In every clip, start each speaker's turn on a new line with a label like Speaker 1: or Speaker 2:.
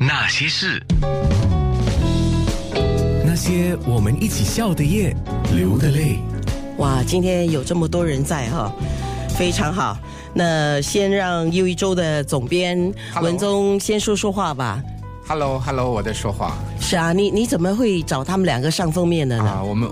Speaker 1: 那些事，
Speaker 2: 那些我们一起笑的夜，流的泪。
Speaker 3: 哇，今天有这么多人在哈、非常好。那先让又一周的总编
Speaker 4: Hello
Speaker 3: 文宗先说说话吧。
Speaker 4: Hello Hello，我在说话
Speaker 3: 是啊，你你怎么会找他们两个上封面的呢？
Speaker 4: 啊，我们。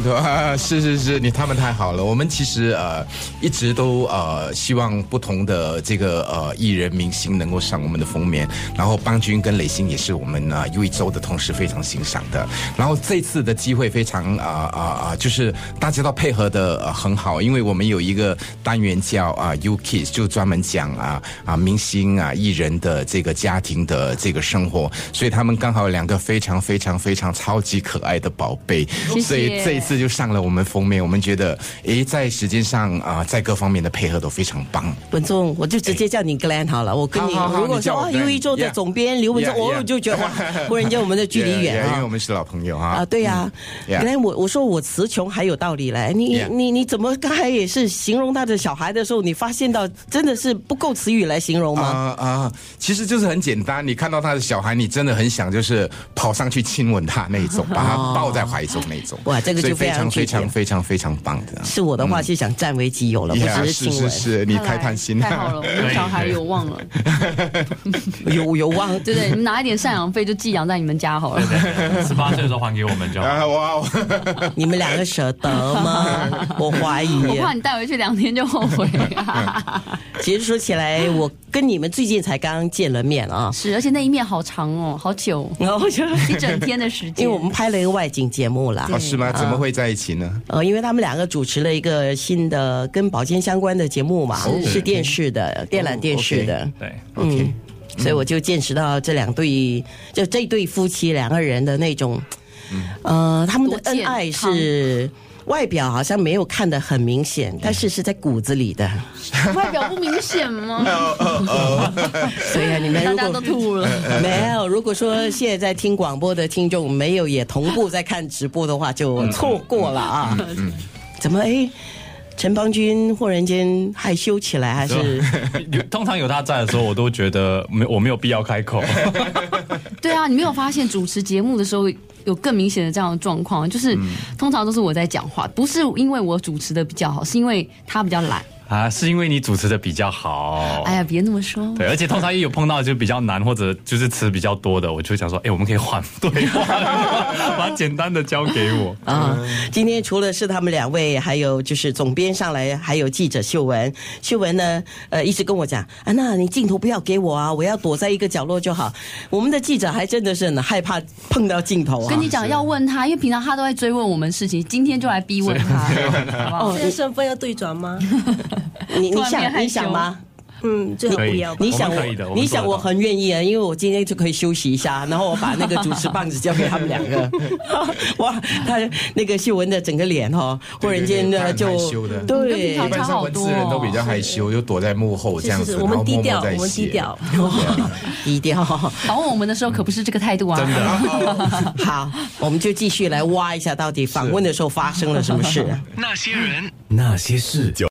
Speaker 4: 啊，是是是，你他们太好了。我们其实呃一直都呃希望不同的这个呃艺人明星能够上我们的封面，然后邦君跟雷欣也是我们啊、呃、又一周的同事非常欣赏的。然后这次的机会非常啊啊啊，就是大家都配合的、呃、很好，因为我们有一个单元叫啊、U Kids，就专门讲啊啊明星啊艺人的这个家庭的这个生活，所以他们刚好有两个非常非常非常超级可爱的宝贝，
Speaker 5: 谢
Speaker 4: 所以这一次就上了我们封面，我们觉得诶在时间上啊、在各方面的配合都非常棒。
Speaker 3: 文宗，我就直接叫你 Glenn 好了。我跟你
Speaker 4: 哎好好好
Speaker 3: 如果
Speaker 4: 你叫
Speaker 3: 说
Speaker 4: 我
Speaker 3: 啊，
Speaker 4: Glenn
Speaker 3: 又一周的
Speaker 4: Yeah
Speaker 3: 总编刘文宗，
Speaker 4: Yeah，
Speaker 3: 哦，
Speaker 4: yeah
Speaker 3: 我就觉得 哇，忽然间我们的距离远
Speaker 4: Yeah, yeah, 因为
Speaker 3: 啊
Speaker 4: 我。们是老朋友
Speaker 3: 啊，
Speaker 4: 啊。
Speaker 3: 对呀、
Speaker 4: Yeah
Speaker 3: 本来我我说我词穷还有道理嘞，你
Speaker 4: Yeah
Speaker 3: 你你怎么刚才也是形容他的小孩的时候，你发现到真的是不够词语来形容吗？
Speaker 4: 啊啊！其实就是很简单，你看到他的小孩，你真的很想就是跑上去亲吻他那一种，把他抱在怀中那种。
Speaker 3: 哇这个就
Speaker 4: 所以
Speaker 3: 非
Speaker 4: 非常非
Speaker 3: 常
Speaker 4: 常
Speaker 3: 具体
Speaker 4: 非常非常棒的。
Speaker 3: 是我的话是想占为己有了，哦不
Speaker 4: 嗯 Yeah，
Speaker 3: 只
Speaker 4: 是
Speaker 3: 亲
Speaker 4: 是
Speaker 3: 吻。
Speaker 4: 是，你太贪心
Speaker 5: 太好了，
Speaker 4: 了
Speaker 5: 我。们小孩有望了，
Speaker 3: 有有望，
Speaker 5: 对不对？你们拿一点赡养费就寄养在你们家好了。
Speaker 6: 十八岁的时候还给我们就 好。
Speaker 4: 啊哇哦！
Speaker 3: 你们两个舍得 吗？我怀疑。
Speaker 5: 我怕你带回去两天就后悔、啊
Speaker 4: 嗯
Speaker 3: 其实说起来，我跟你们最近才刚见了面啊，
Speaker 5: 是，而且那一面好长哦，好久，
Speaker 3: 然后就
Speaker 5: 一整天的时间。
Speaker 3: 因为我们拍了一个外景节目啦
Speaker 4: 啊，，是吗？怎么会在一起呢？
Speaker 3: 呃，因为他们两个主持了一个新的跟保健相关的节目嘛，
Speaker 4: 是
Speaker 3: 是电视的，电缆电视
Speaker 4: 哦
Speaker 3: 的。
Speaker 6: 对，
Speaker 3: 嗯，所以我就见识到这两对，就这对夫妻两个人的那种，呃，他们的
Speaker 5: 多
Speaker 3: 恩
Speaker 5: 健
Speaker 3: 爱是。外表好像没有看得很明显，但是是在骨子里的。
Speaker 5: 外表不明显 吗？
Speaker 4: 哦
Speaker 3: 所以啊， 你们
Speaker 5: 大
Speaker 3: 如
Speaker 5: 家都
Speaker 3: 果呃
Speaker 5: 吐 了。
Speaker 3: 没有，如果说现在在听广播的听众没有也同步在看直播的话，就错过了啊。怎么哎，陈邦君忽然间害羞起来，还是
Speaker 6: 有通常有他在的时候，我都觉得没我没有必要 开口。
Speaker 5: 对啊，你没有发现主持节目的时候有更明显的这样的状况，就是、
Speaker 3: 嗯
Speaker 5: 通常都是我在讲话，不是因为我主持的比较好，是因为他比较懒。
Speaker 6: 啊，是因为你主持的比较
Speaker 3: 哦
Speaker 6: 好。
Speaker 5: 哎呀，别那么说。
Speaker 6: 对，而且通常一有碰到就比较难，或者就是词比较多的，我就想说，哎，我们可以换 对话，把简单的交给我。
Speaker 3: 啊，
Speaker 6: 嗯
Speaker 3: 今天除了是他们两位，还有就是总编上来，还有记者秀文。秀文呢，呃，一直跟我讲，啊，那你镜头不要给我啊，我要躲在一个角落就好。我们的记者还真的是很害怕碰到镜头啊
Speaker 5: 跟。你讲要问他，因为平常他都在追问我们事情，今天就来逼问他， 好不好？
Speaker 7: 这个身份要对转吗？
Speaker 3: 你你
Speaker 5: 突然变
Speaker 3: 想
Speaker 5: 害
Speaker 3: 你想
Speaker 5: 羞
Speaker 3: 吗？
Speaker 7: 嗯，最好
Speaker 6: 可
Speaker 7: 不
Speaker 6: 以
Speaker 7: 要吧。
Speaker 3: 你想
Speaker 6: 我们可以的我们
Speaker 3: 你想
Speaker 6: 做得
Speaker 3: 我
Speaker 6: 到
Speaker 3: 很愿意啊，因为我今天就可以休息一下，然后我把那个主持棒子交给他们两 个。哇，他那个秀文的整个脸哦，忽然间呢
Speaker 4: 对对对他
Speaker 3: 就
Speaker 4: 很害羞的
Speaker 5: 跟
Speaker 3: 对
Speaker 5: 平常
Speaker 4: 一般上文字人都比较害羞，就躲在幕后这样
Speaker 7: 是
Speaker 4: 子，
Speaker 7: 是是，
Speaker 4: 然
Speaker 7: 我
Speaker 4: 后
Speaker 7: 们低
Speaker 4: 默
Speaker 7: 调，
Speaker 4: 默在
Speaker 7: 我们低
Speaker 4: 写。
Speaker 7: 调。
Speaker 3: 低调。
Speaker 5: 访问我们的时候可不是这个态度啊，
Speaker 6: 真的，
Speaker 3: 好，我们就继续来挖一下，到底访问的时候发生了什么事。
Speaker 1: 那些人。
Speaker 2: 那些事。